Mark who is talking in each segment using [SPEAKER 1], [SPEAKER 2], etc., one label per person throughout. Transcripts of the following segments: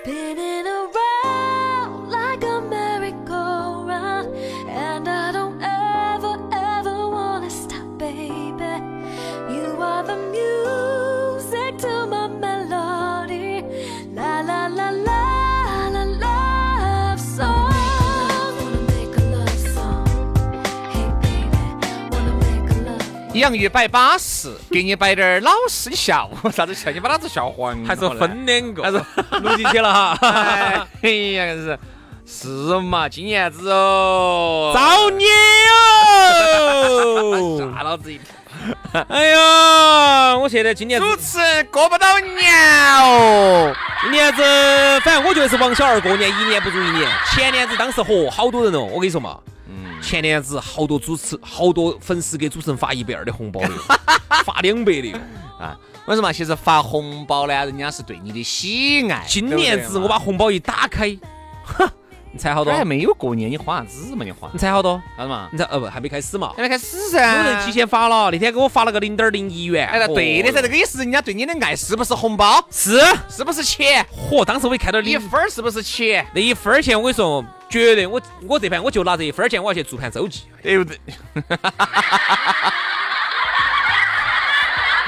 [SPEAKER 1] Spinning around like a merry-go-round, and I don't ever, ever wanna stop, baby. You are the music to my melody, la la la la la love song. Wanna make a love song, hey baby, wanna make a love.
[SPEAKER 2] 洋芋摆哎巴适，给你摆点儿老实。你笑 我啥子笑？你把老子笑黄了。
[SPEAKER 3] 还是分两个，
[SPEAKER 2] 还是
[SPEAKER 3] 录进去了哈。
[SPEAKER 2] 哎哎呀，是是嘛，金燕子哦，
[SPEAKER 3] 造孽 哦！
[SPEAKER 2] 吓老子一跳。
[SPEAKER 3] 哎呀，我现在今年
[SPEAKER 2] 主持人过不到年哦，
[SPEAKER 3] 今年子，反正我觉得是王小二过年一年不如一年。前年子当时嚯，好多人哦，我跟你说嘛，
[SPEAKER 2] 嗯
[SPEAKER 3] 前年子好多主持，好多粉丝给主持人发一百二的红包 的，发两百的。
[SPEAKER 2] 啊，我跟你说嘛，其实发红包呢，人家是对你的喜爱。
[SPEAKER 3] 今年子我把红包一打开，哼，你猜好
[SPEAKER 2] 都
[SPEAKER 3] 多？
[SPEAKER 2] 还哎没有过年，你花啥子嘛？你花
[SPEAKER 3] 你猜好多？
[SPEAKER 2] 啥子 嘛？
[SPEAKER 3] 你猜呃不，还没开始嘛？
[SPEAKER 2] 还没开始噻。
[SPEAKER 3] 有人提。前哦发了，那天给我发了个零点零一元。
[SPEAKER 2] 哎哎，那对的噻，这个也是人家对你的爱，是不是红包？
[SPEAKER 3] 是。
[SPEAKER 2] 是不是钱？
[SPEAKER 3] 嚯，当时我一看到
[SPEAKER 2] 一
[SPEAKER 3] 零
[SPEAKER 2] 分儿是不是钱？
[SPEAKER 3] 那一分儿钱，我跟你说，绝对我我这盘我就拿这一分儿钱，我要去做盘周记。
[SPEAKER 2] 对不对？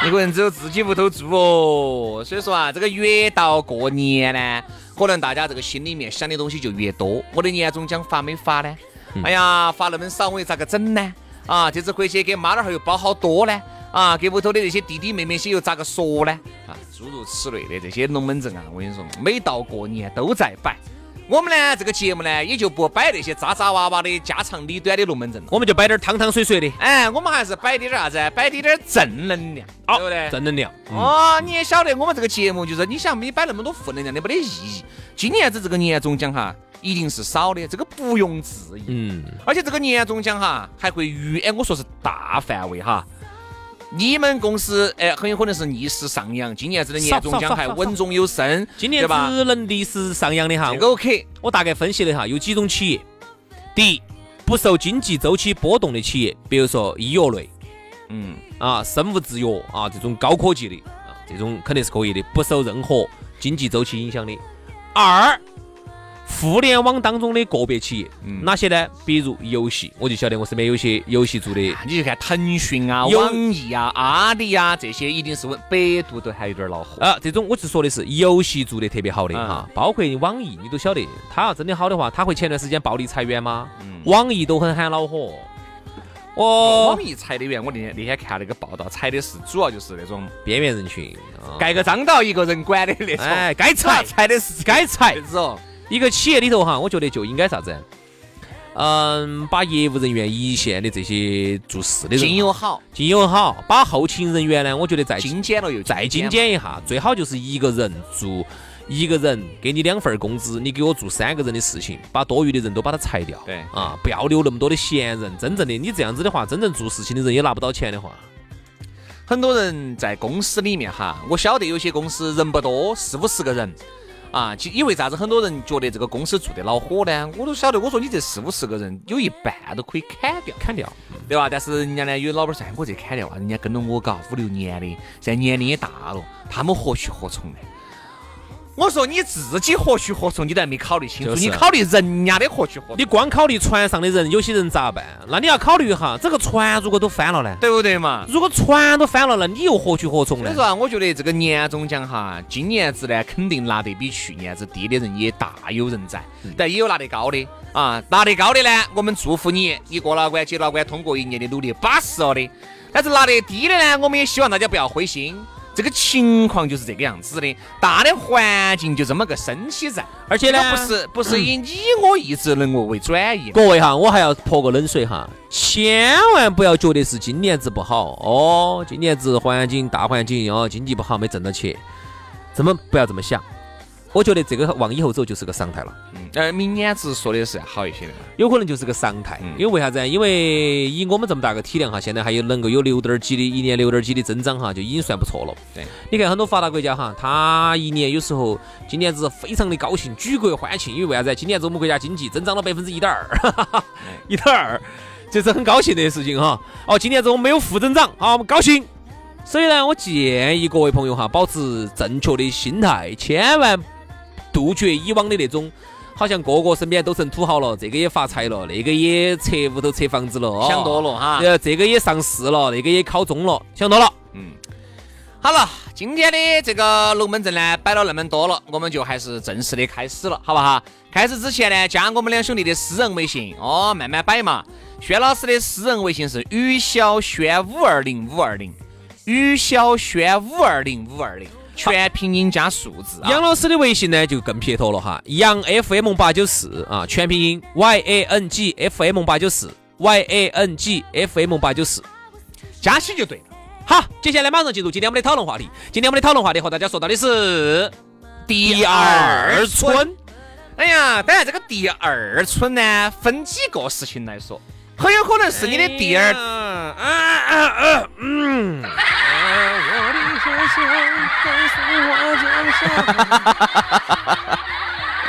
[SPEAKER 2] 一个人只有自己屋头住哦，所以说啊，这个越到过年呢，可能大家这个心里面想的东西就越多。我的年终奖发没发呢？
[SPEAKER 3] 嗯
[SPEAKER 2] 哎呀，发那么少，我又咋个整呢？啊，这次回去给妈老汉儿又包好多呢？啊，给屋头的那些弟弟妹妹些又咋个说呢？啊，诸如此类的这些龙门阵啊，我跟你说，每到过年都在摆。我们呢，这个节目呢，也就不摆那些渣渣哇哇的家长里短的龙门阵了。
[SPEAKER 3] 我们就摆点儿汤汤水水的，
[SPEAKER 2] 哎，我们还是摆点点啥子？摆点点正能量，对不对？
[SPEAKER 3] 正嗯能量。
[SPEAKER 2] 哦，你也晓得我们这个节目就是，你想你摆那么多负能量的没得意义。今年子这个年终奖哈，一定是少的，这个毋庸置疑。
[SPEAKER 3] 嗯，
[SPEAKER 2] 而且这个年终奖哈，还会预，哎，我说是大范围哈。你们公司哎，很有可能是逆势上扬，今年子的年终奖还稳中有升，
[SPEAKER 3] 今年
[SPEAKER 2] 对吧？
[SPEAKER 3] 子能力是上扬的哈，
[SPEAKER 2] 这个 OK，
[SPEAKER 3] 我大概分析了一下，有几种企业。第一，不受经济周期波动的企业，比如说医药类
[SPEAKER 2] 嗯，
[SPEAKER 3] 啊、生物制药啊这种高科技的啊，这种肯定是可以的，不受任何经济周期影响的。二，互联网当中的个别企业，
[SPEAKER 2] 嗯
[SPEAKER 3] 哪些呢？比如游戏，我就晓得我身边有些游戏做的
[SPEAKER 2] 你就看腾讯啊、
[SPEAKER 3] 有
[SPEAKER 2] 网易啊、阿里啊这些，一定是稳，百度都还有点恼火。
[SPEAKER 3] 啊，这种我是说的是游戏做得特别好的哈、
[SPEAKER 2] 嗯
[SPEAKER 3] 包括网易，你都晓得，它要真的好的话，它会前段时间暴力裁员吗？网易都很喊恼火。哦
[SPEAKER 2] 嗯网，易裁的员，我那天那天看了一个报道，裁的是主要就是那种
[SPEAKER 3] 边缘人群，啊
[SPEAKER 2] 盖个章到一个人管的那种，
[SPEAKER 3] 哎该裁
[SPEAKER 2] 裁的是
[SPEAKER 3] 该裁
[SPEAKER 2] 这。种。
[SPEAKER 3] 一个企业里头哈，我觉得就应该啥子？嗯，把业务人员一线的这些做事的人，
[SPEAKER 2] 经营好，
[SPEAKER 3] 经营好，把后勤人员呢，我觉得再
[SPEAKER 2] 精简了又
[SPEAKER 3] 哎再精，简一下，最好就是一个人做，一个人给你两份儿工资，你给我做三个人的事情，把多余的人都把它裁掉。
[SPEAKER 2] 对
[SPEAKER 3] 啊，不要留那么多的闲人。真正的你这样子的话，真正做事情的人也拿不到钱的话，
[SPEAKER 2] 很多人在公司里面哈，我晓得有些公司人不多，四五十个人。啊，其因为啥子？很多人觉得这个公司做得恼火呢，我都晓得。我说你这四五十个人，有一半都可以砍掉，
[SPEAKER 3] 砍掉。
[SPEAKER 4] 嗯
[SPEAKER 2] 对吧？但是人家呢，有老板说，哎，我这砍掉啊，人家跟了我搞五六年的，现在年龄也大了，他们何去何从呢？我说你自己何去何从，你都还没考虑清楚，
[SPEAKER 4] 就是
[SPEAKER 2] 你考虑人家的何去何从
[SPEAKER 4] 你，光考虑船上的人，有些人咋办？那你要考虑一下，这个船如果都翻了呢？
[SPEAKER 2] 对不对嘛？
[SPEAKER 4] 如果船都翻了了，你又何去何从
[SPEAKER 2] 所
[SPEAKER 4] 呢
[SPEAKER 2] 以？说啊，我觉得这个年终奖哈，今年子呢肯定拿得比去年子低的人也大有人在，
[SPEAKER 4] 嗯
[SPEAKER 2] 但也有拿得高的啊。拿得高的呢，我们祝福你，你过了关、解了关，通过一年的努力把持了的。但是拿得低的呢，我们也希望大家不要灰心。这个情况就是这个样子的，大的环境就这么个生息在，
[SPEAKER 4] 而且呢
[SPEAKER 2] 这个不是不是以你我意志能够为转移的。
[SPEAKER 4] 各位哈，我还要泼个冷水哈，千万不要觉得是今年子不好哦，今年子环境大环境哦，经济不好没挣到钱，怎么不要这么想？我觉得这个往以后走就是个常态了，
[SPEAKER 2] 嗯呃，明年子说的是好一些的嘛，
[SPEAKER 4] 有可能就是个常态。因为为啥子啊？因为以我们这么大个体量哈，现在还有能够有六点儿几的，一年六点儿几的增长哈，就已经算不错了。
[SPEAKER 2] 对，
[SPEAKER 4] 你看很多发达国家哈，它一年有时候今年子非常的高兴，举国欢庆，因为为啥子啊？今年子我们国家经济增长了百分之一点二， 一点二，这是很高兴的事情哈。哦，今年子我们没有负增长，好，我们高兴。所以呢，我建议各位朋友哈，保持正确的心态，千万杜绝以往的那种。好像个个身边都成土豪了，这个也发财了，那个也拆屋头、拆房子了，哦
[SPEAKER 2] 想多了哈。
[SPEAKER 4] 呃，这个也上市了，那个也考中了，想多了。
[SPEAKER 2] 嗯，好了，今天的这个龙门阵呢，摆了那么多了，我们就还是正式的开始了，好不好？开始之前呢，加我们两兄弟的私人微信哦，慢慢摆嘛。轩老师的私人微信是于小轩五二零五二零，于小轩五二零五二零，全拼音加数字啊
[SPEAKER 4] 杨。老师的微信呢就更撇脱了哈，杨 FM 八九四啊，全拼音 Y A N G F M 八九四 Y A N G F M 八九四，加起就对了。好，接下来马上进入今天我们的讨论话题。今天我们的讨论话题和大家说到的是
[SPEAKER 2] 第
[SPEAKER 4] 二春，
[SPEAKER 2] 哎呀，当然这个第二春呢，分几个事情来说，很有可能是你的第二
[SPEAKER 4] 啊啊啊！嗯，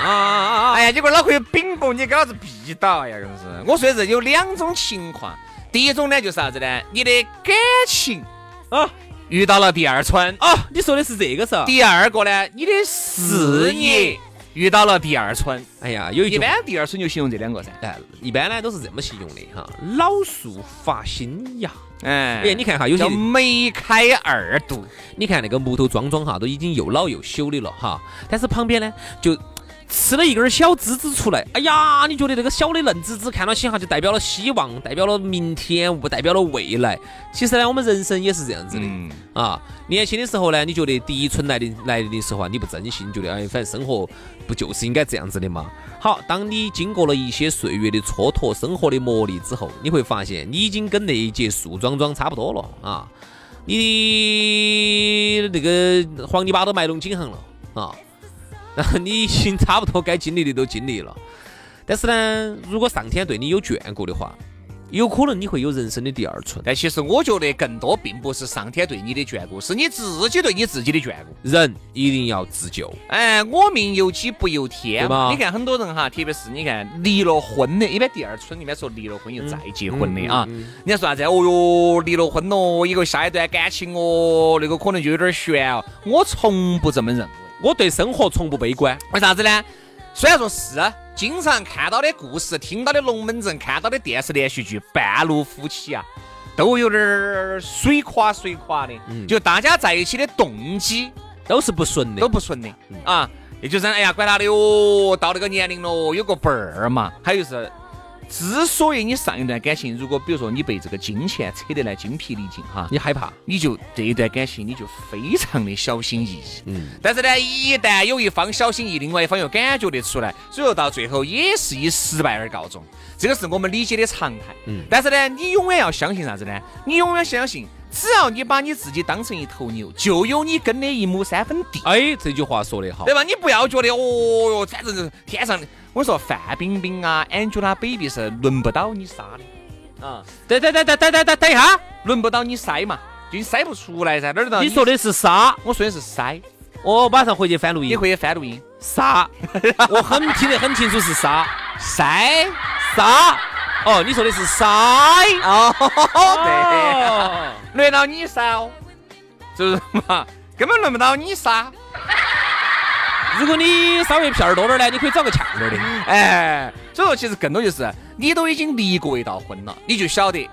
[SPEAKER 4] 啊
[SPEAKER 2] 哎呀，你个脑壳有饼不？你给老子闭到！哎呀，硬是。我说的是有两种情况，第一种呢就是啥子呢？你的感情
[SPEAKER 4] 啊
[SPEAKER 2] 遇到了第二春；
[SPEAKER 4] 啊！你说的是这个是吧？
[SPEAKER 2] 第二个呢，你的事业遇到了第二春。
[SPEAKER 4] 哎呀，有一
[SPEAKER 2] 一
[SPEAKER 4] 句话
[SPEAKER 2] 般第二春就形容这两个噻。
[SPEAKER 4] 哎，一般呢都是这么形容的哈，老树发新芽。
[SPEAKER 2] 哎
[SPEAKER 4] 哎，你看哈，有些
[SPEAKER 2] 叫梅开二度，
[SPEAKER 4] 你看那个木头桩桩哈，都已经又老又朽的了哈，但是旁边呢就吃了一根小枝子出来，哎呀，你觉得这个小的嫩枝子看到起哈，就代表了希望，代表了明天，代表了未来。其实呢，我们人生也是这样子的。
[SPEAKER 2] 嗯，
[SPEAKER 4] 啊，年轻的时候呢，你觉得第一春来的来的时候啊，你不珍惜，你觉得哎，反正生活不就是应该这样子的嘛。好，当你经过了一些岁月的蹉跎、生活的磨砺之后，你会发现你已经跟那一届树桩桩差不多了啊，你的那个黄泥巴都卖弄金行了啊， 然后你已经差不多该经历的都经历了。但是呢，如果上天对你有眷顾的话，有可能你会有人生的第二春。哎
[SPEAKER 2] 但其实我觉得更多并不是上天对你的眷顾，是你自己对你自己的眷顾。
[SPEAKER 4] 人一定要自救。
[SPEAKER 2] 哎，我命由己不由天
[SPEAKER 4] 对吧
[SPEAKER 2] 嘛。你看很多人哈，特别是你看离了婚的，一般第二春一般说离了婚又再结婚的啊。人家说啥子？哦哟，离了婚哦，以后下一段感情哦，那个可能就有点悬哦。我从不这么认为。
[SPEAKER 4] 我对生活从不悲观。
[SPEAKER 2] 为啥子呢？虽然说是啊经常看到的故事、听到的龙门阵、看到的电视连续剧，半路夫妻啊，都有点儿水垮水垮的，就大家在一起的动机。
[SPEAKER 4] 都是不顺的
[SPEAKER 2] 都。不顺的
[SPEAKER 4] 嗯
[SPEAKER 2] 啊。也就是哎呀，管他的哦，到那个年龄了，有个伴儿嘛。还有就是，之所以你上一段感情，如果比如说你被这个金钱扯得来精疲力尽哈，
[SPEAKER 4] 你害怕？
[SPEAKER 2] 你就这一段感情你就非常的小心翼翼。
[SPEAKER 4] 嗯，
[SPEAKER 2] 但是呢，一旦有一方小心翼翼，另外一方又感觉得出来，所以说到最后也是以失败而告终。这个是我们理解的常态。
[SPEAKER 4] 嗯
[SPEAKER 2] 但是呢，你永远要相信啥子呢？你永远相信，只要你把你自己当成一头牛，就有你跟的一亩三分地。
[SPEAKER 4] 哎，这句话说得好
[SPEAKER 2] 对。吧？你不要觉得哦哟，反正是天上的，我说范冰冰啊，Angelababy 是轮不到你杀的，啊，
[SPEAKER 4] 等等等等等等等等一下，
[SPEAKER 2] 轮不到你筛嘛，就你筛不出来噻，哪儿到
[SPEAKER 4] 你说的是啥？
[SPEAKER 2] 我说的是筛，
[SPEAKER 4] 我马上回去翻录
[SPEAKER 2] 你
[SPEAKER 4] 音。
[SPEAKER 2] 可以翻录音，
[SPEAKER 4] 啥？我很听得很清楚是啥
[SPEAKER 2] 筛，
[SPEAKER 4] 啥？哦，你说的是啥？
[SPEAKER 2] 哦，对，
[SPEAKER 4] 哦，
[SPEAKER 2] 轮到你筛哦，是不是嘛？根本轮不到你杀，
[SPEAKER 4] 如果你稍微片儿多点儿呢，你可以找个呛点儿的。
[SPEAKER 2] 哎，所以说其实更多就是你都已经离过一道婚了，你就晓得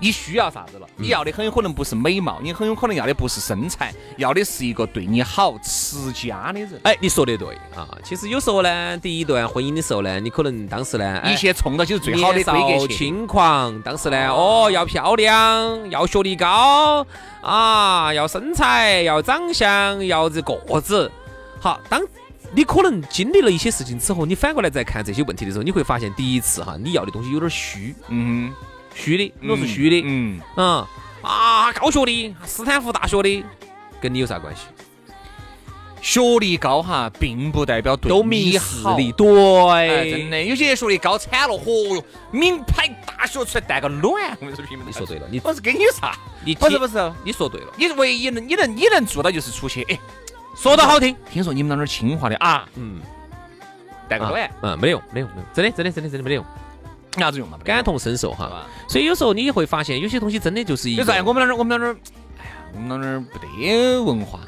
[SPEAKER 2] 你需要啥子了。你要的很有可能不是美貌，你很有可能要的不是身材，要的是一个对你好、持家的人。
[SPEAKER 4] 哎，你说的对啊。其实有时候呢，第一段婚姻的时候呢，你可能当时呢，哎
[SPEAKER 2] 一切冲到起是最好的
[SPEAKER 4] 年
[SPEAKER 2] 规格
[SPEAKER 4] 少
[SPEAKER 2] 去。
[SPEAKER 4] 轻狂，当时呢，哦，要漂亮，要学历高啊，要身材，要长相，要这个子。好，当你可能经历了一些事情之后，你反过来再看这些问题的时候，你会发现，第一次哈，你要的东西有点虚，
[SPEAKER 2] 嗯，
[SPEAKER 4] 虚的，如果是虚的，
[SPEAKER 2] 嗯，
[SPEAKER 4] 嗯啊，高学历，斯坦福大学的，跟你有啥关系？
[SPEAKER 2] 学历高哈，并不代表对
[SPEAKER 4] 都
[SPEAKER 2] 你
[SPEAKER 4] 明事
[SPEAKER 2] 好。
[SPEAKER 4] 理，
[SPEAKER 2] 哎，
[SPEAKER 4] 对，
[SPEAKER 2] 真的，有些人学历高惨了，嚯哟，名牌大学出来带个卵，我跟你说，
[SPEAKER 4] 你说对了，你
[SPEAKER 2] 我是跟你有啥？
[SPEAKER 4] 你啊
[SPEAKER 2] 不是
[SPEAKER 4] 听
[SPEAKER 2] 不是，
[SPEAKER 4] 你说对了，
[SPEAKER 2] 你唯一能你能你能做到就是出去，哎，
[SPEAKER 4] 说的好听，
[SPEAKER 2] 听说你们那儿清华的啊，
[SPEAKER 4] 嗯。
[SPEAKER 2] 带个卵，
[SPEAKER 4] 嗯，没得用，没得用，没得用，真的，真的，真的，真的没得用，
[SPEAKER 2] 有啥子用嘛？
[SPEAKER 4] 感同身受
[SPEAKER 2] 是
[SPEAKER 4] 哈。
[SPEAKER 2] 吧？
[SPEAKER 4] 所以有时候你会发现，有些东西真的就是一
[SPEAKER 2] 就
[SPEAKER 4] 个，
[SPEAKER 2] 是哎，我们那儿我们那儿，哎呀，我们那儿不得文化，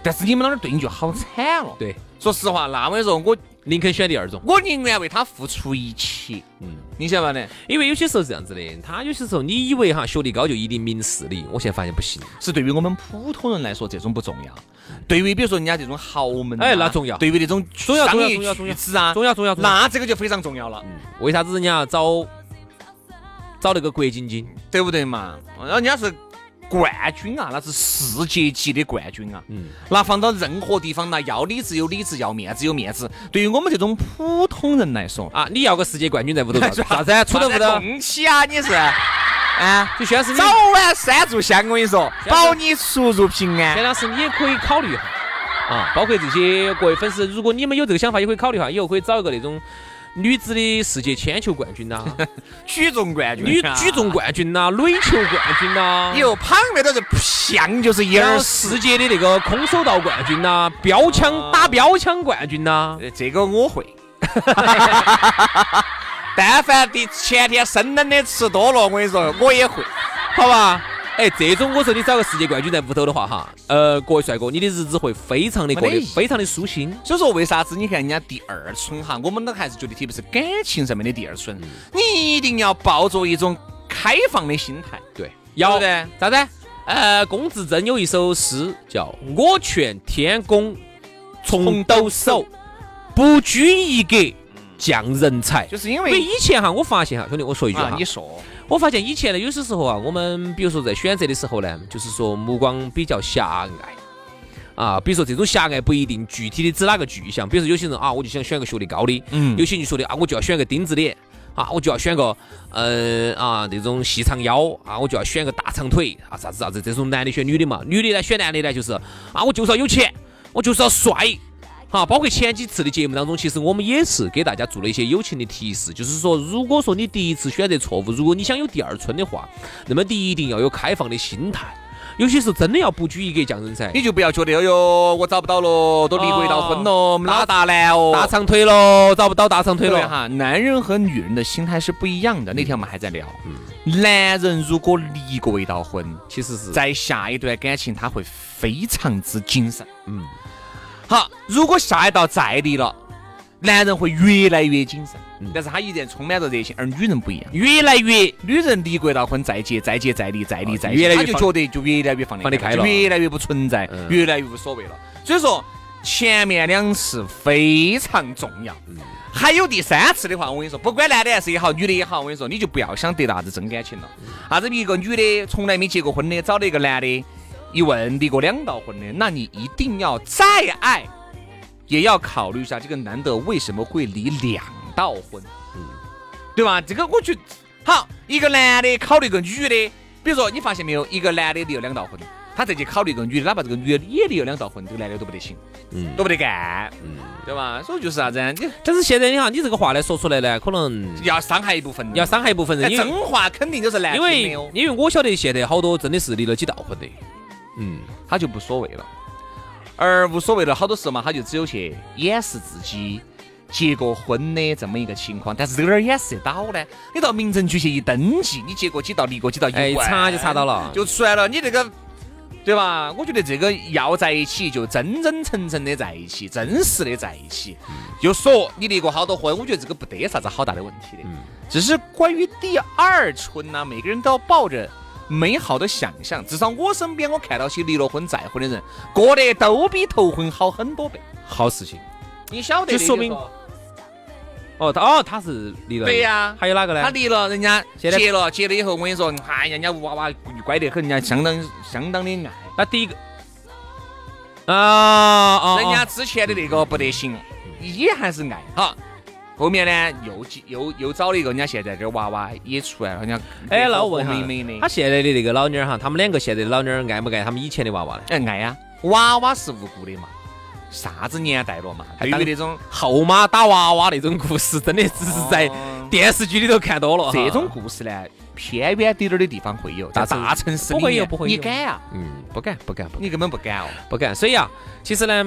[SPEAKER 2] 但是你们那儿对你就好惨了。
[SPEAKER 4] 对，
[SPEAKER 2] 说实话，那我跟你说，我
[SPEAKER 4] 林肯选第二种，
[SPEAKER 2] 我宁愿为他付出一切，
[SPEAKER 4] 嗯，
[SPEAKER 2] 你晓得吧？呢，
[SPEAKER 4] 因为有些时候是这样子的，他有些时候你以为哈学历高就一定明事理，我现在发现不行，
[SPEAKER 2] 是对于我们普通人来说，这种不重要。对于比如说人家这种豪门、啊，
[SPEAKER 4] 嗯哎那重要
[SPEAKER 2] 对于那种
[SPEAKER 4] 重要
[SPEAKER 2] 商
[SPEAKER 4] 重要
[SPEAKER 2] 业
[SPEAKER 4] 重要重
[SPEAKER 2] 巨
[SPEAKER 4] 要
[SPEAKER 2] 子啊，
[SPEAKER 4] 重要重要重要。
[SPEAKER 2] 那这个就非常重要了，
[SPEAKER 4] 为啥子人家要找找那个郭晶晶？
[SPEAKER 2] 对不对嘛？然后人家是冠军啊，那是世界级的冠军啊。
[SPEAKER 4] 嗯，
[SPEAKER 2] 那放到任何地方，那要理智有理智，要面子有面子。对于我们这种普通人来说，
[SPEAKER 4] 啊，你要个世界冠军在屋头啥子？啥子啊？出头不头？
[SPEAKER 2] 空气啊， 你是啊，
[SPEAKER 4] 就宣誓你，
[SPEAKER 2] 早晚三炷香，我跟你说，保你出入平安
[SPEAKER 4] 薛。老师你也可以考虑一下啊，包括这些各位粉丝，如果你们有这个想法，也可以考虑一下，以后可以找一个那种。女子的世界铅球冠军呐、
[SPEAKER 2] 举重冠军，啊
[SPEAKER 4] 女举重，冠军呐、垒球冠军呐、
[SPEAKER 2] 以后胖的都是像就是哦一
[SPEAKER 4] 然
[SPEAKER 2] 耳
[SPEAKER 4] 后
[SPEAKER 2] 屎。
[SPEAKER 4] 世界的那个空手道冠军呐、标枪打标枪冠军呐、
[SPEAKER 2] 呃 这个我会。 但凡的前天生冷的吃多了，我跟你说，我也会。
[SPEAKER 4] 好吧？哎，这种我说你找个世界冠军在屋头的话，哈，呃，各位帅哥，你的日子会非常的过
[SPEAKER 2] 没得
[SPEAKER 4] 得
[SPEAKER 2] 意
[SPEAKER 4] 非常的舒心。
[SPEAKER 2] 所以说，为啥子你看人家第二春哈，我们都还是觉得，特别是感情上面的第二
[SPEAKER 4] 嗯
[SPEAKER 2] 春，你一定要抱着一种开放的心态。
[SPEAKER 4] 对，
[SPEAKER 2] 对
[SPEAKER 4] 要
[SPEAKER 2] 不对
[SPEAKER 4] 啥子？呃，龚自珍有一首诗叫《我劝天公重抖擞，不拘一格降人才》。
[SPEAKER 2] 嗯就是因
[SPEAKER 4] 因为
[SPEAKER 2] 为
[SPEAKER 4] 以前哈，我发现哈，兄弟，我说一句哈，
[SPEAKER 2] 啊，你说，
[SPEAKER 4] 我发现以前呢，有些时候啊，我们比如说在选择的时候呢，就是说目光比较狭隘。啊，比如说这种狭隘不一定具体的指哪个具象，比如说有些人啊，我就想选个学历高的，
[SPEAKER 2] 嗯
[SPEAKER 4] 有些人就说的啊，我就要选个丁字脸，啊，我就要选个呃啊那种细长腰，啊，我就要选个大长腿，啊啥子啥子，这种男的选女的嘛，女的呢选男的呢就是啊，我就是要有钱，我就是要帅，哈、包括前几次的节目当中，其实我们也是给大家做了一些友情的提示，就是说，如果说你第一次选择错误，如果你想有第二春的话，那么你一定要有开放的心态，有些时候真的要不拘一格降人才，
[SPEAKER 2] 你就不要觉得，哎呦，我找不到了，都离过一道婚了，老大难哦，
[SPEAKER 4] 大长腿喽，找不到大长腿
[SPEAKER 2] 对了
[SPEAKER 4] 喽。
[SPEAKER 2] 哈，男人和女人的心态是不一样的。那天我们还在聊，男人如果离过一道婚，
[SPEAKER 4] 嗯其实是，
[SPEAKER 2] 在下一段感情他会非常之谨慎。
[SPEAKER 4] 嗯，
[SPEAKER 2] 好，如果下一道再离了，男人会越来越谨慎，但是他依然充满着热情，而女人不一样。
[SPEAKER 4] 嗯越来越
[SPEAKER 2] 女人离过一道婚，再结，再结，再离，再离，
[SPEAKER 4] 啊
[SPEAKER 2] 再
[SPEAKER 4] 越来
[SPEAKER 2] 结，
[SPEAKER 4] 越
[SPEAKER 2] 她就
[SPEAKER 4] 放
[SPEAKER 2] 觉得就越来越放
[SPEAKER 4] 放得开了
[SPEAKER 2] 越来越不存在，
[SPEAKER 4] 嗯
[SPEAKER 2] 越来越无所谓了。所以说，前面两次非常重要。
[SPEAKER 4] 嗯
[SPEAKER 2] 还有第三次的话，我跟你说，不管男的还是也好，女的也好，我跟你说，你就不要想得到啥子真感情了。
[SPEAKER 4] 嗯
[SPEAKER 2] 啥子一个女的从来没结过婚的，找了一个男的，一问离过两道婚的，那你一定要再爱，也要考虑一下这个男的为什么会离两道婚，
[SPEAKER 4] 嗯
[SPEAKER 2] 对吧？这个我觉得好，一个男的考虑一个女的，比如说你发现没有，一个男的离了两道婚，他再去考虑一个女的，哪怕这个女的也离了两道婚，这个男的都不得行，
[SPEAKER 4] 嗯
[SPEAKER 2] 都不得干，对吧？所以就是啥子啊，你
[SPEAKER 4] 但是现在你看，你这个话来说出来呢，可能
[SPEAKER 2] 要伤害一部分人，
[SPEAKER 4] 要伤害一部分人，
[SPEAKER 2] 但
[SPEAKER 4] 因为
[SPEAKER 2] 真话肯定就是难
[SPEAKER 4] 因
[SPEAKER 2] 听的
[SPEAKER 4] 为
[SPEAKER 2] 哦，
[SPEAKER 4] 因为我晓得现在好多真的是离了几道婚的，嗯，
[SPEAKER 2] 他就无所谓了。而无所谓了，好多时候嘛，他就只有去掩饰自己结过婚的这么一个情况，但是这个哪儿掩饰得到呢？你到民政局去一登记，你结过几道，离过几道，一
[SPEAKER 4] 哎
[SPEAKER 2] 问
[SPEAKER 4] 查就查到了
[SPEAKER 2] 就出来了。你这个对吧？我觉得这个要在一起，就真真诚诚的在一起，真实的在一起。
[SPEAKER 4] 嗯
[SPEAKER 2] 就说你离过好多婚，我觉得这个不得啥子好大的问题的。
[SPEAKER 4] 嗯
[SPEAKER 2] 只是关于第二春呢、每个人都要抱着美好的想象。至少我身边我看到些离了婚再婚的人，过得都比头婚好很多倍。
[SPEAKER 4] 好事情。
[SPEAKER 2] 你晓得的，
[SPEAKER 4] 就说明
[SPEAKER 2] 就说
[SPEAKER 4] 哦，他哦，他是离了。
[SPEAKER 2] 对呀
[SPEAKER 4] 还有哪个呢？
[SPEAKER 2] 他离了，人家
[SPEAKER 4] 哎现在
[SPEAKER 2] 结了，结了以后，我跟你说，哎呀，人家娃娃乖得很，人家相当相当的爱。
[SPEAKER 4] 那第一个啊啊，啊
[SPEAKER 2] 人家之前的那个不得行，也还是爱哈。后面呢，又结又又找了一个，人家现在这娃娃也出来了，人家
[SPEAKER 4] 哎，那我问
[SPEAKER 2] 美
[SPEAKER 4] 一
[SPEAKER 2] 美的
[SPEAKER 4] 下，他，现在的那个老妞儿哈，他们两个现在的老妞儿爱不爱他们以前的娃娃呢？
[SPEAKER 2] 哎爱呀，娃娃是无辜的嘛，啥子年代了嘛？对于
[SPEAKER 4] 当
[SPEAKER 2] 那种
[SPEAKER 4] 后妈打娃娃那种故事，真的只是在
[SPEAKER 2] 哦
[SPEAKER 4] 电视剧里头看多了哈。
[SPEAKER 2] 这种故事呢，偏远点儿的地方会有，在
[SPEAKER 4] 大城
[SPEAKER 2] 大城市
[SPEAKER 4] 哦不
[SPEAKER 2] 里
[SPEAKER 4] 会有
[SPEAKER 2] 面
[SPEAKER 4] 不会有
[SPEAKER 2] 你敢呀？
[SPEAKER 4] 嗯，不敢不敢不敢
[SPEAKER 2] 你根本不敢哦。
[SPEAKER 4] 不敢。所以啊，其实呢，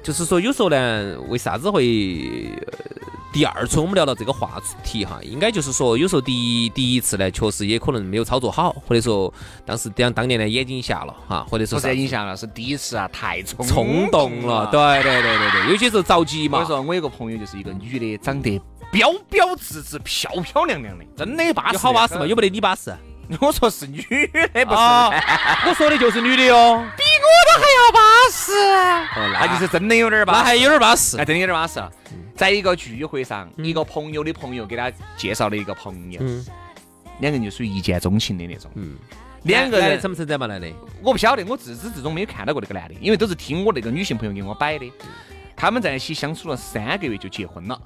[SPEAKER 4] 就是说有时候呢，为啥子会、呃第二次我们聊到这个话题哈，应该就是说有时候第一第一次呢，确实也可能没有操作好，或者说当时当当年呢眼睛瞎了哈，或者
[SPEAKER 2] 不
[SPEAKER 4] 说
[SPEAKER 2] 是
[SPEAKER 4] 啥
[SPEAKER 2] 影响了，是第一次啊，太冲
[SPEAKER 4] 冲动了，对对对对对，有些时候着
[SPEAKER 2] 嗯
[SPEAKER 4] 急
[SPEAKER 2] 我跟
[SPEAKER 4] 嘛
[SPEAKER 2] 你。说，我有个朋友就是一个女的，长得标标致致、漂漂亮亮的，真的啊巴适。
[SPEAKER 4] 有好巴适嘛？有没得你巴适？
[SPEAKER 2] 我说是女的，不是， 哎
[SPEAKER 4] 啊，我说的就是女的哟。
[SPEAKER 2] 哦那就是真的有点儿
[SPEAKER 4] 那
[SPEAKER 2] 巴适，哎
[SPEAKER 4] 还嗯有点巴适
[SPEAKER 2] 那，真的有点巴适了。啊在一个聚会上，一个朋友的朋友给他介绍了一个朋友，
[SPEAKER 4] 嗯
[SPEAKER 2] 两个人就属于一见钟情的那种。
[SPEAKER 4] 嗯，
[SPEAKER 2] 两个
[SPEAKER 4] 男
[SPEAKER 2] 人
[SPEAKER 4] 的，成不成长嘛？男的，
[SPEAKER 2] 我不晓得，我自始至终没有看到过那个男的，因为都是听我那个女性朋友给我摆的。
[SPEAKER 4] 嗯
[SPEAKER 2] 他们在一起相处了三个月就结婚了，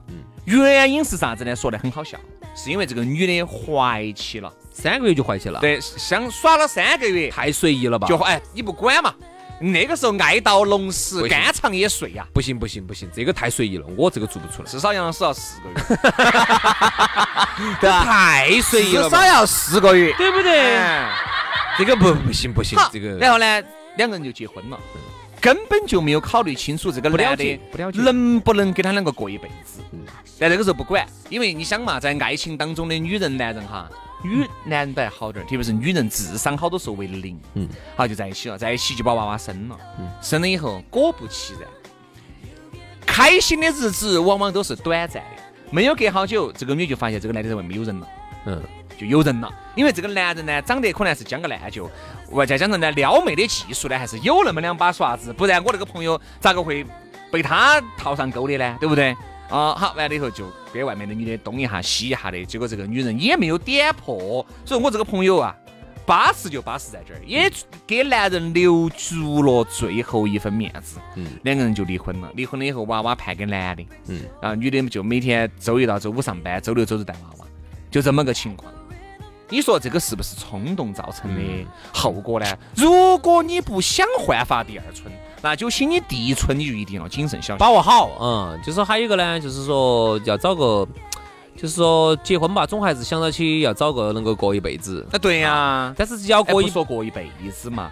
[SPEAKER 2] 原因是啥子呢？说的很好笑，是因为这个女的怀起了，
[SPEAKER 4] 三个月就怀起了，
[SPEAKER 2] 对，相耍了三个月，
[SPEAKER 4] 太随意了吧？
[SPEAKER 2] 就哎你不管嘛，那个时候爱到浓时，
[SPEAKER 4] 不行
[SPEAKER 2] 肝肠也碎呀、
[SPEAKER 4] 不行不行不行，这个太随意了，我这个做不出来。
[SPEAKER 2] 至少杨老师要四个月，
[SPEAKER 4] 这太随意 了
[SPEAKER 2] 至
[SPEAKER 4] 吧，
[SPEAKER 2] 少要四个月。
[SPEAKER 4] 对不对？
[SPEAKER 2] 哎
[SPEAKER 4] 这个不不行不行
[SPEAKER 2] 好，，
[SPEAKER 4] 这个嗯
[SPEAKER 2] 然后呢，两个人就结婚了，根本就没有考虑清楚这个
[SPEAKER 4] 不了
[SPEAKER 2] 男的
[SPEAKER 4] 解不了解嗯
[SPEAKER 2] 能不能跟他两个过一辈子。但那个时候不管，因为你想嘛，在爱情当中的女人、男人哈，女男人都还好点儿，特别是女人智商好多时候为零。
[SPEAKER 4] 嗯
[SPEAKER 2] 好就在一起了，在一起就把娃娃生了，生了以后果不其然，开心的日子往往都是短暂的，没有隔好久，这个女就发现这个男的在外面有人了。
[SPEAKER 4] 嗯，
[SPEAKER 2] 就有人了。因为这个男人呢，长得可能还是将个烂就，我再加上呢撩妹的技术呢，还是有那么两把刷子，不然我那个朋友咋个会被他套上钩的呢？ 对不对？啊、好，完了以后就给外面的女的东一下西一下的，结果这个女人也没有点破，所以我这个朋友啊，巴适就巴适在这儿，也给男人留足了最后一分面子，
[SPEAKER 4] 嗯
[SPEAKER 2] 两个人就离婚了。离婚了以后，娃娃判给男的，
[SPEAKER 4] 嗯，
[SPEAKER 2] 然后女的就每天周一到周五上班，周六周日带娃娃，就这么个情况。你说这个是不是冲动造成的后果呢？如果你不想焕发第二春，那就请你第一春你就一定要谨慎小心。
[SPEAKER 4] 把握好，嗯，就是说还有一个呢，就是说要找个，就是说结婚吧，总还是想到起要找个能够过一辈子，
[SPEAKER 2] 啊，对呀、
[SPEAKER 4] 但是要
[SPEAKER 2] 过
[SPEAKER 4] 过
[SPEAKER 2] 一
[SPEAKER 4] 一
[SPEAKER 2] 哎说过一辈子嘛，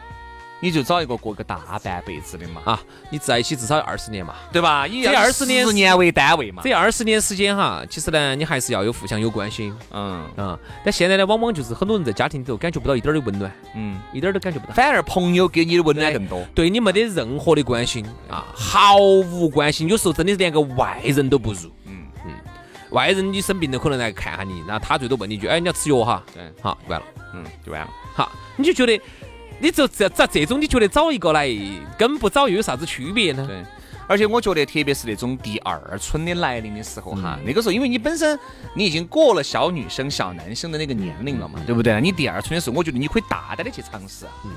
[SPEAKER 2] 你就找一个过个大半辈子的嘛，
[SPEAKER 4] 啊，你在一起至少要二十年嘛。
[SPEAKER 2] 对吧？以
[SPEAKER 4] 这20年
[SPEAKER 2] 十年为单位嘛，
[SPEAKER 4] 这二十年时间哈，其实呢，你还是要有互相有关心
[SPEAKER 2] 嗯
[SPEAKER 4] 啊、但现在呢，往往就是很多人在家庭里头感觉不到一点儿的温暖，
[SPEAKER 2] 嗯，
[SPEAKER 4] 一点儿都感觉不到，
[SPEAKER 2] 反而朋友给你的温暖更多。
[SPEAKER 4] 对你没得任何的关心啊，毫无关心，有时候真的是连个外人都不如。
[SPEAKER 2] 嗯
[SPEAKER 4] 外人你生病了可能来看下你，那他最多问你一句，哎，你要吃药哈？
[SPEAKER 2] 对，
[SPEAKER 4] 好，完了，
[SPEAKER 2] 嗯，就完了。
[SPEAKER 4] 好，你就觉得，你就这这这种，你觉得找一个来跟不找又有啥子区别呢？
[SPEAKER 2] 对，而且我觉得，特别是那种第二春的来临的时候哈，那个时候，因为你本身你已经过了小女生、小男生的那个年龄了嘛，对不对？你第二春的时候，我觉得你可以大胆的去尝试。嗯，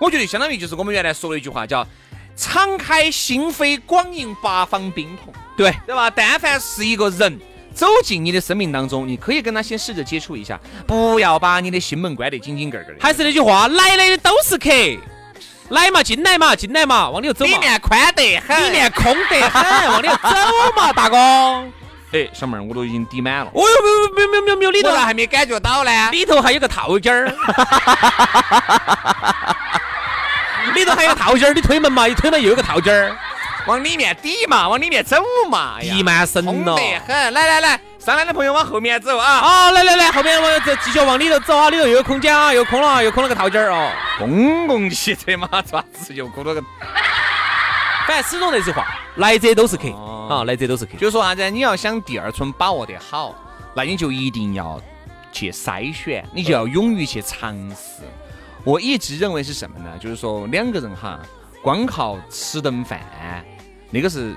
[SPEAKER 2] 我觉得相当于就是我们原来说的一句话叫“敞开心扉，广迎八方宾朋”，
[SPEAKER 4] 对
[SPEAKER 2] 对吧？但凡是一个人。走进你的生命当中，你可以跟他先试着接触一下，不要把你的心门关得紧紧个个的，
[SPEAKER 4] 还是那句话，来的都是客，来嘛，进来嘛，进来嘛，往里头走
[SPEAKER 2] 里
[SPEAKER 4] 嘛，
[SPEAKER 2] 面宽得很，
[SPEAKER 4] 里面空得很，往里头走嘛，大哥。哦
[SPEAKER 2] 哎，小妹儿，我都已经滴满了，
[SPEAKER 4] 哟，没有没有没有没有没有，里头
[SPEAKER 2] 我咋还没感觉到呢？
[SPEAKER 4] 里头还有个套 间儿，里头还有个套间儿，你推门嘛，一推门又有个套间儿。
[SPEAKER 2] 往里面抵嘛，往里面走嘛，哎呀啊
[SPEAKER 4] 地满身
[SPEAKER 2] 空
[SPEAKER 4] 了
[SPEAKER 2] 得很。来来来，上来的朋友往后面走啊，
[SPEAKER 4] 好，来来来，后面我这继续往里头走啊，里头又有空间啊，又空了啊，又空了个套间儿哦。
[SPEAKER 2] 公共汽车嘛，爪子又鼓了个。
[SPEAKER 4] 反正始终那句话，来者都是客
[SPEAKER 2] 哦
[SPEAKER 4] 啊，来者都是客。
[SPEAKER 2] 就说啥子？你要想第二春把握得好，那你就一定要去筛选，你就要勇于去尝试。我一直认为是什么呢？就是说两个人哈，光靠吃顿饭，那个是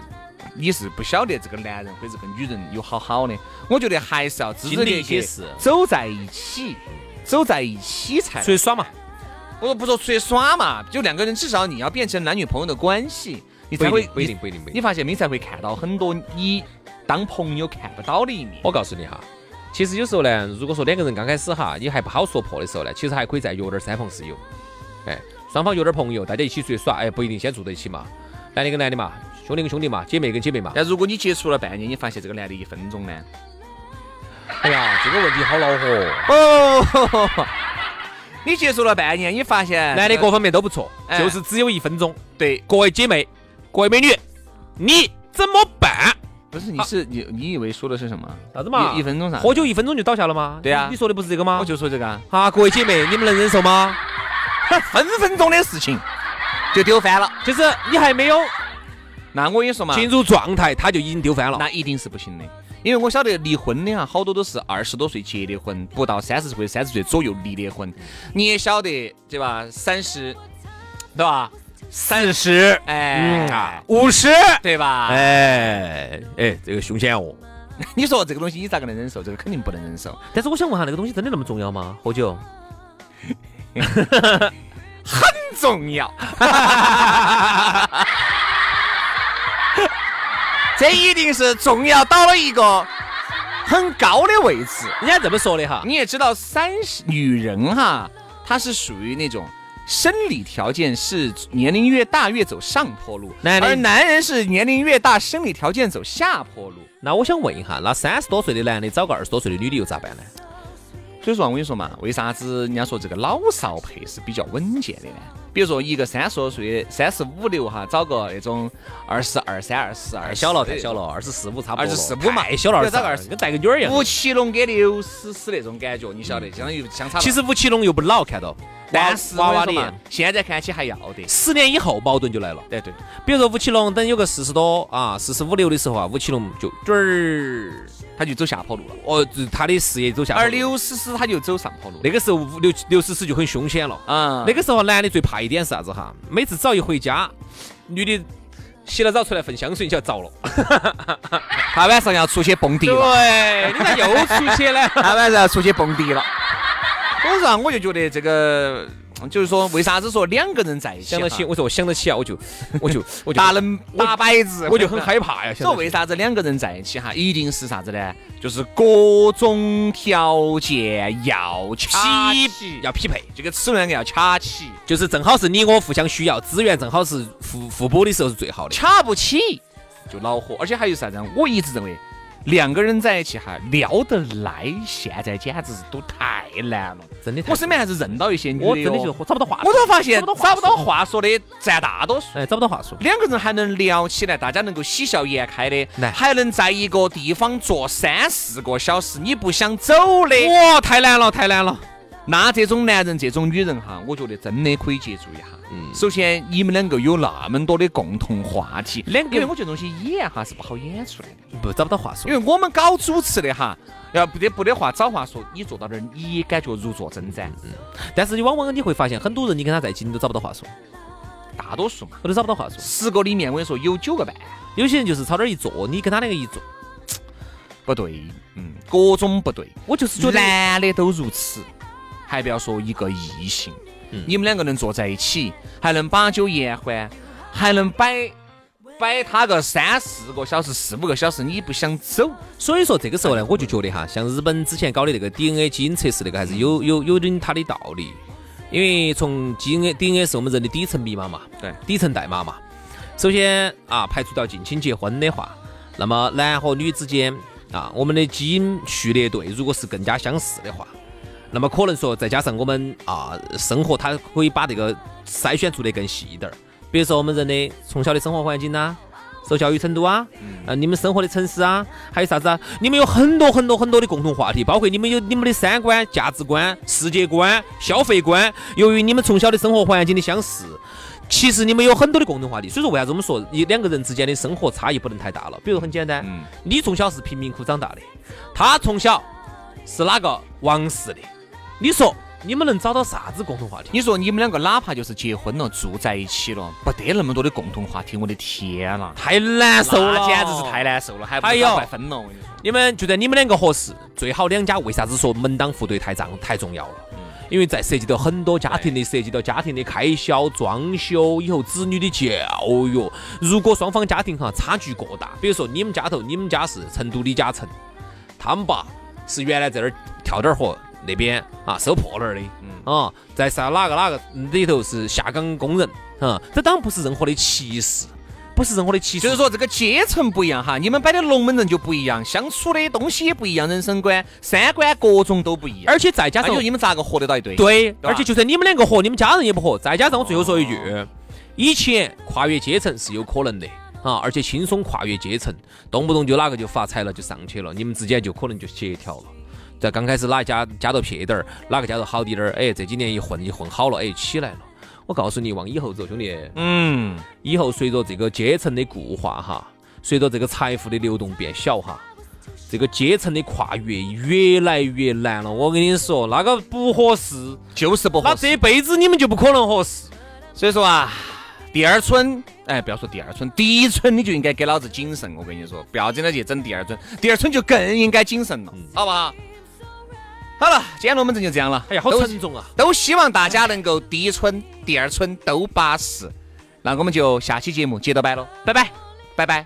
[SPEAKER 2] 你是不晓得这个男人或者这个女人有好好的。我觉得还是要支持
[SPEAKER 4] 经历
[SPEAKER 2] 地
[SPEAKER 4] 一
[SPEAKER 2] 去
[SPEAKER 4] 些事
[SPEAKER 2] 走在一起，走在一起才
[SPEAKER 4] 出去耍嘛，
[SPEAKER 2] 不说不说出去耍嘛，就两个人至少你要变成男女朋友的关系，你才会
[SPEAKER 4] 不一定不一定不一定不一定
[SPEAKER 2] 你发现没？才会看到很多你当朋友看不到的一面。
[SPEAKER 4] 我告诉你哈，其实有时候呢，如果说两个人刚开始哈，你还不好说破的时候呢，其实还可以再约点儿三朋四友，哎，双方约点儿朋友，大家一起出去耍，哎，不一定先住在一起嘛，男的跟男的嘛，兄弟跟兄弟嘛，姐妹跟姐妹嘛。
[SPEAKER 2] 但如果你接触了半年，你发现这个男的一分钟呢？
[SPEAKER 4] 哎呀，这个问题好恼火。
[SPEAKER 2] 哦， 你接触了半年，你发现
[SPEAKER 4] 哎男的各方面都不错，
[SPEAKER 2] 哎
[SPEAKER 4] 就是只有一分钟。
[SPEAKER 2] 对，
[SPEAKER 4] 各位姐妹，各位美女，你怎么办？
[SPEAKER 2] 不是你是你你以为说的是什么？
[SPEAKER 4] 啥子嘛？
[SPEAKER 2] 一一分钟啥？
[SPEAKER 4] 喝酒一分钟就倒下了吗？
[SPEAKER 2] 对啊
[SPEAKER 4] 你你说的不是这个吗？
[SPEAKER 2] 我就说这个啊，
[SPEAKER 4] 啊，各位姐妹，你们能忍受吗？
[SPEAKER 2] 分分钟的事情就丢翻了。
[SPEAKER 4] 就是你还没有
[SPEAKER 2] 那我跟你说嘛，
[SPEAKER 4] 进入状态，他就已经丢翻了。
[SPEAKER 2] 那一定是不行的，因为我晓得离婚的哈，好多都是二十多岁结的婚，不到三十岁、三十岁左右离的婚。你也晓得对吧？三十，对吧？
[SPEAKER 4] 三十，
[SPEAKER 2] 哎，
[SPEAKER 4] 五十，
[SPEAKER 2] 对吧？
[SPEAKER 4] 哎哎，这个凶险哦。
[SPEAKER 2] 你说这个东西你咋个能忍受？这个肯定不能忍受，
[SPEAKER 4] 但是我想问下，那个东西真的那么重要吗？喝酒？
[SPEAKER 2] 很重要。 这一定是重要到了一个很高的位置。
[SPEAKER 4] 人家这么说的哈，
[SPEAKER 2] 你也知道，三十女人哈，她是属于那种生理条件是年龄越大越走上坡路，
[SPEAKER 4] 男人
[SPEAKER 2] 而男人是年龄越大生理条件走下坡路。
[SPEAKER 4] 那我想问一下，那三十多岁的男的找个二十多岁的女的又咋办呢？
[SPEAKER 2] 所以说啊，我跟你说嘛，为啥子人家说这个老少配是比较稳健的呢？比如说一个三十多岁的三十五六哈，找个那种二十二三、二十二，
[SPEAKER 4] 太哎小了，太小了，二十四五差不多了，
[SPEAKER 2] 24-25嘛
[SPEAKER 4] 太小了，
[SPEAKER 2] 对找个
[SPEAKER 4] 二
[SPEAKER 2] 24
[SPEAKER 4] 跟带个女儿一样。
[SPEAKER 2] 吴奇隆跟刘诗诗那种感觉，你晓得，相当于相差。
[SPEAKER 4] 其，实吴奇隆又不老，看到，
[SPEAKER 2] 但是
[SPEAKER 4] 娃
[SPEAKER 2] 我
[SPEAKER 4] 娃
[SPEAKER 2] 跟你说嘛
[SPEAKER 4] 脸，
[SPEAKER 2] 现在看起还要得。
[SPEAKER 4] 十年以后矛盾就来了。
[SPEAKER 2] 对对。
[SPEAKER 4] 比如说吴奇隆等有个四十多啊，四十五六的时候啊，吴奇隆就准儿，
[SPEAKER 2] 他就走下坡路了。
[SPEAKER 4] 哦，就他的事业走下坡路。
[SPEAKER 2] 而刘诗诗她就走上坡路。
[SPEAKER 4] 那个时候五六六十四就很凶险了。
[SPEAKER 2] 啊，
[SPEAKER 4] 那个时候男的最怕一点是啥子哈？每次只要一回家，女的洗了澡出来份香水就要着 了。
[SPEAKER 2] 他晚上要出去蹦迪了，
[SPEAKER 4] 对，哎你咋又出去 呢？
[SPEAKER 2] 他晚上要出去蹦迪了。所以说啊，我就觉得这个就是说，为啥子说两个人在一起
[SPEAKER 4] 想
[SPEAKER 2] 哈
[SPEAKER 4] 得起，我说我想得起啊， 我就我就我就
[SPEAKER 2] 打能打摆子，
[SPEAKER 4] 我就很害怕呀。想
[SPEAKER 2] 说
[SPEAKER 4] 得起
[SPEAKER 2] 为啥子两个人在一起哈，一定是啥子呢？就是各种条件要掐
[SPEAKER 4] 匹
[SPEAKER 2] 起，
[SPEAKER 4] 要匹配，
[SPEAKER 2] 这个齿轮要掐起，
[SPEAKER 4] 就是正好是你我互相需要，资源正好是互互补的时候是最好的。
[SPEAKER 2] 掐不起就恼火。而且还有啥子啊？我一直认为两个人在一起哈聊得来，现在简直是都太难了。
[SPEAKER 4] 真的太，
[SPEAKER 2] 我身边还是认到一些女的哟
[SPEAKER 4] 我真的觉得找不到话，
[SPEAKER 2] 我都发现
[SPEAKER 4] 找不到话
[SPEAKER 2] 找不到
[SPEAKER 4] 说，
[SPEAKER 2] 话说的占大多数。
[SPEAKER 4] 哎，找不到话说。
[SPEAKER 2] 两个人还能聊起来，大家能够喜笑颜开的，
[SPEAKER 4] 难
[SPEAKER 2] 还能在一个地方坐三四个小时，你不想走的，
[SPEAKER 4] 哇，太难了，太难了。
[SPEAKER 2] 那这种男人、这种女人哈，我觉得真的可以接触一下。嗯，首先你们两个有那么多的共同话题，
[SPEAKER 4] 两个
[SPEAKER 2] 因为我觉得东西演哈是不好演出来的，
[SPEAKER 4] 不找不到话说
[SPEAKER 2] 因，为我们搞主持的哈，要不得不得话找话说，你坐到那儿，你也感觉如坐针毡，
[SPEAKER 4] 嗯但是你往往你会发现，很多人你跟他在一起，你都找不到话说，
[SPEAKER 2] 大多数嘛，
[SPEAKER 4] 我都找不到话说。
[SPEAKER 2] 十个里面我跟你说有九个半
[SPEAKER 4] 有些人就是朝那儿一坐，你跟他两个一坐，
[SPEAKER 2] 不对，嗯，各种不对。
[SPEAKER 4] 我就是觉
[SPEAKER 2] 就
[SPEAKER 4] 得
[SPEAKER 2] 男的都如此，嗯还不要说一个异性，你们两个能坐在一起，还能把酒言欢，还能摆摆他个三四个小时、四五个小时，你不想走，
[SPEAKER 4] 所以说这个时候呢，我就觉得哈，像日本之前搞的那个 DNA 基因测试那个，还是有有有点它的道理。因为从 DNA DNA 是我们人的底层密码嘛，
[SPEAKER 2] 对
[SPEAKER 4] 底层代码嘛。首先啊，排除掉近亲结婚的话，那么男和女之间啊，我们的基因序列对如果是更加相似的话，那么可能说再加上我们啊生活，它可以把这个筛选做得更细一点儿。比如说我们人的从小的生活环境呐、啊受教于程度啊，
[SPEAKER 2] 嗯
[SPEAKER 4] 呃，你们生活的城市啊，还有啥子啊？你们有很多很多很多的共同话题，包括你们有你们的三观、价值观、世界观、消费观。由于你们从小的生活环境的相似，其实你们有很多的共同话题。所以说，为啥子我们说一两个人之间的生活差异不能太大了？比如很简单，
[SPEAKER 2] 嗯
[SPEAKER 4] 你从小是贫民窟长大的，他从小是哪个王室的？你说你们能找到啥子共同话题？
[SPEAKER 2] 你说你们两个哪怕就是结婚了，住在一起了，不得那么多的共同话题，我的天呐，
[SPEAKER 4] 太难受了，
[SPEAKER 2] 那简直是太难受了，还不
[SPEAKER 4] 哎
[SPEAKER 2] 如
[SPEAKER 4] 呦
[SPEAKER 2] 赶快分了。我跟你说
[SPEAKER 4] 你们觉得你们两个合适，最好两家为啥子说门当户对太重太重要了？
[SPEAKER 2] 嗯
[SPEAKER 4] 因为在涉及到很多家庭的，涉及到家庭的开销、装修，以后子女的教育。如果双方家庭哈差距过大，比如说你们家头，你们家是成都李嘉诚，他们爸是原来在那儿跳点儿河那边啊收破烂儿的，
[SPEAKER 2] 嗯
[SPEAKER 4] 啊，在啥哪个哪个里头是下岗工人，啊，这当然不是任何的歧视，不是任何的歧视，
[SPEAKER 2] 就是说这个阶层不一样哈，你们摆的龙门阵就不一样，相处的东西也不一样，人生观、三观各种都不一样。
[SPEAKER 4] 而且再加
[SPEAKER 2] 那
[SPEAKER 4] 上
[SPEAKER 2] 哎你说你们咋个合得到一堆？，
[SPEAKER 4] 对，
[SPEAKER 2] 吧
[SPEAKER 4] 而且就算你们两个和，你们家人也不和。再加上我最后说一句，以前跨越阶层是有可能的啊，而且轻松跨越阶层，动不动就哪个就发财了就上去了，你们之间就可能就协调了。在刚开始哪一家家头撇点儿，哪个家头好滴点儿，哎，这几年一混一混好了，哎，起来了。我告诉你，往以后走，兄弟，
[SPEAKER 2] 嗯，
[SPEAKER 4] 以后随着这个阶层的固化哈，随着这个财富的流动变小哈，这个阶层的跨越越来越难了。我跟你说，那个不合适。
[SPEAKER 2] 就是不合
[SPEAKER 4] 那
[SPEAKER 2] 适。
[SPEAKER 4] 这辈子你们就不可能合适。
[SPEAKER 2] 所以说啊，第二春，哎，不要说第二春，第一春你就应该给老子谨慎。我跟你说，不要真的去整第二春，第二春就更应该谨慎了，
[SPEAKER 4] 嗯
[SPEAKER 2] 好不好？好了，今天龙门阵就这样了。
[SPEAKER 4] 哎呀，好
[SPEAKER 2] 都
[SPEAKER 4] 沉重啊！
[SPEAKER 2] 都希望大家能够第一春、第二春都巴适。那我们就下期节目接着摆喽，拜拜，拜拜。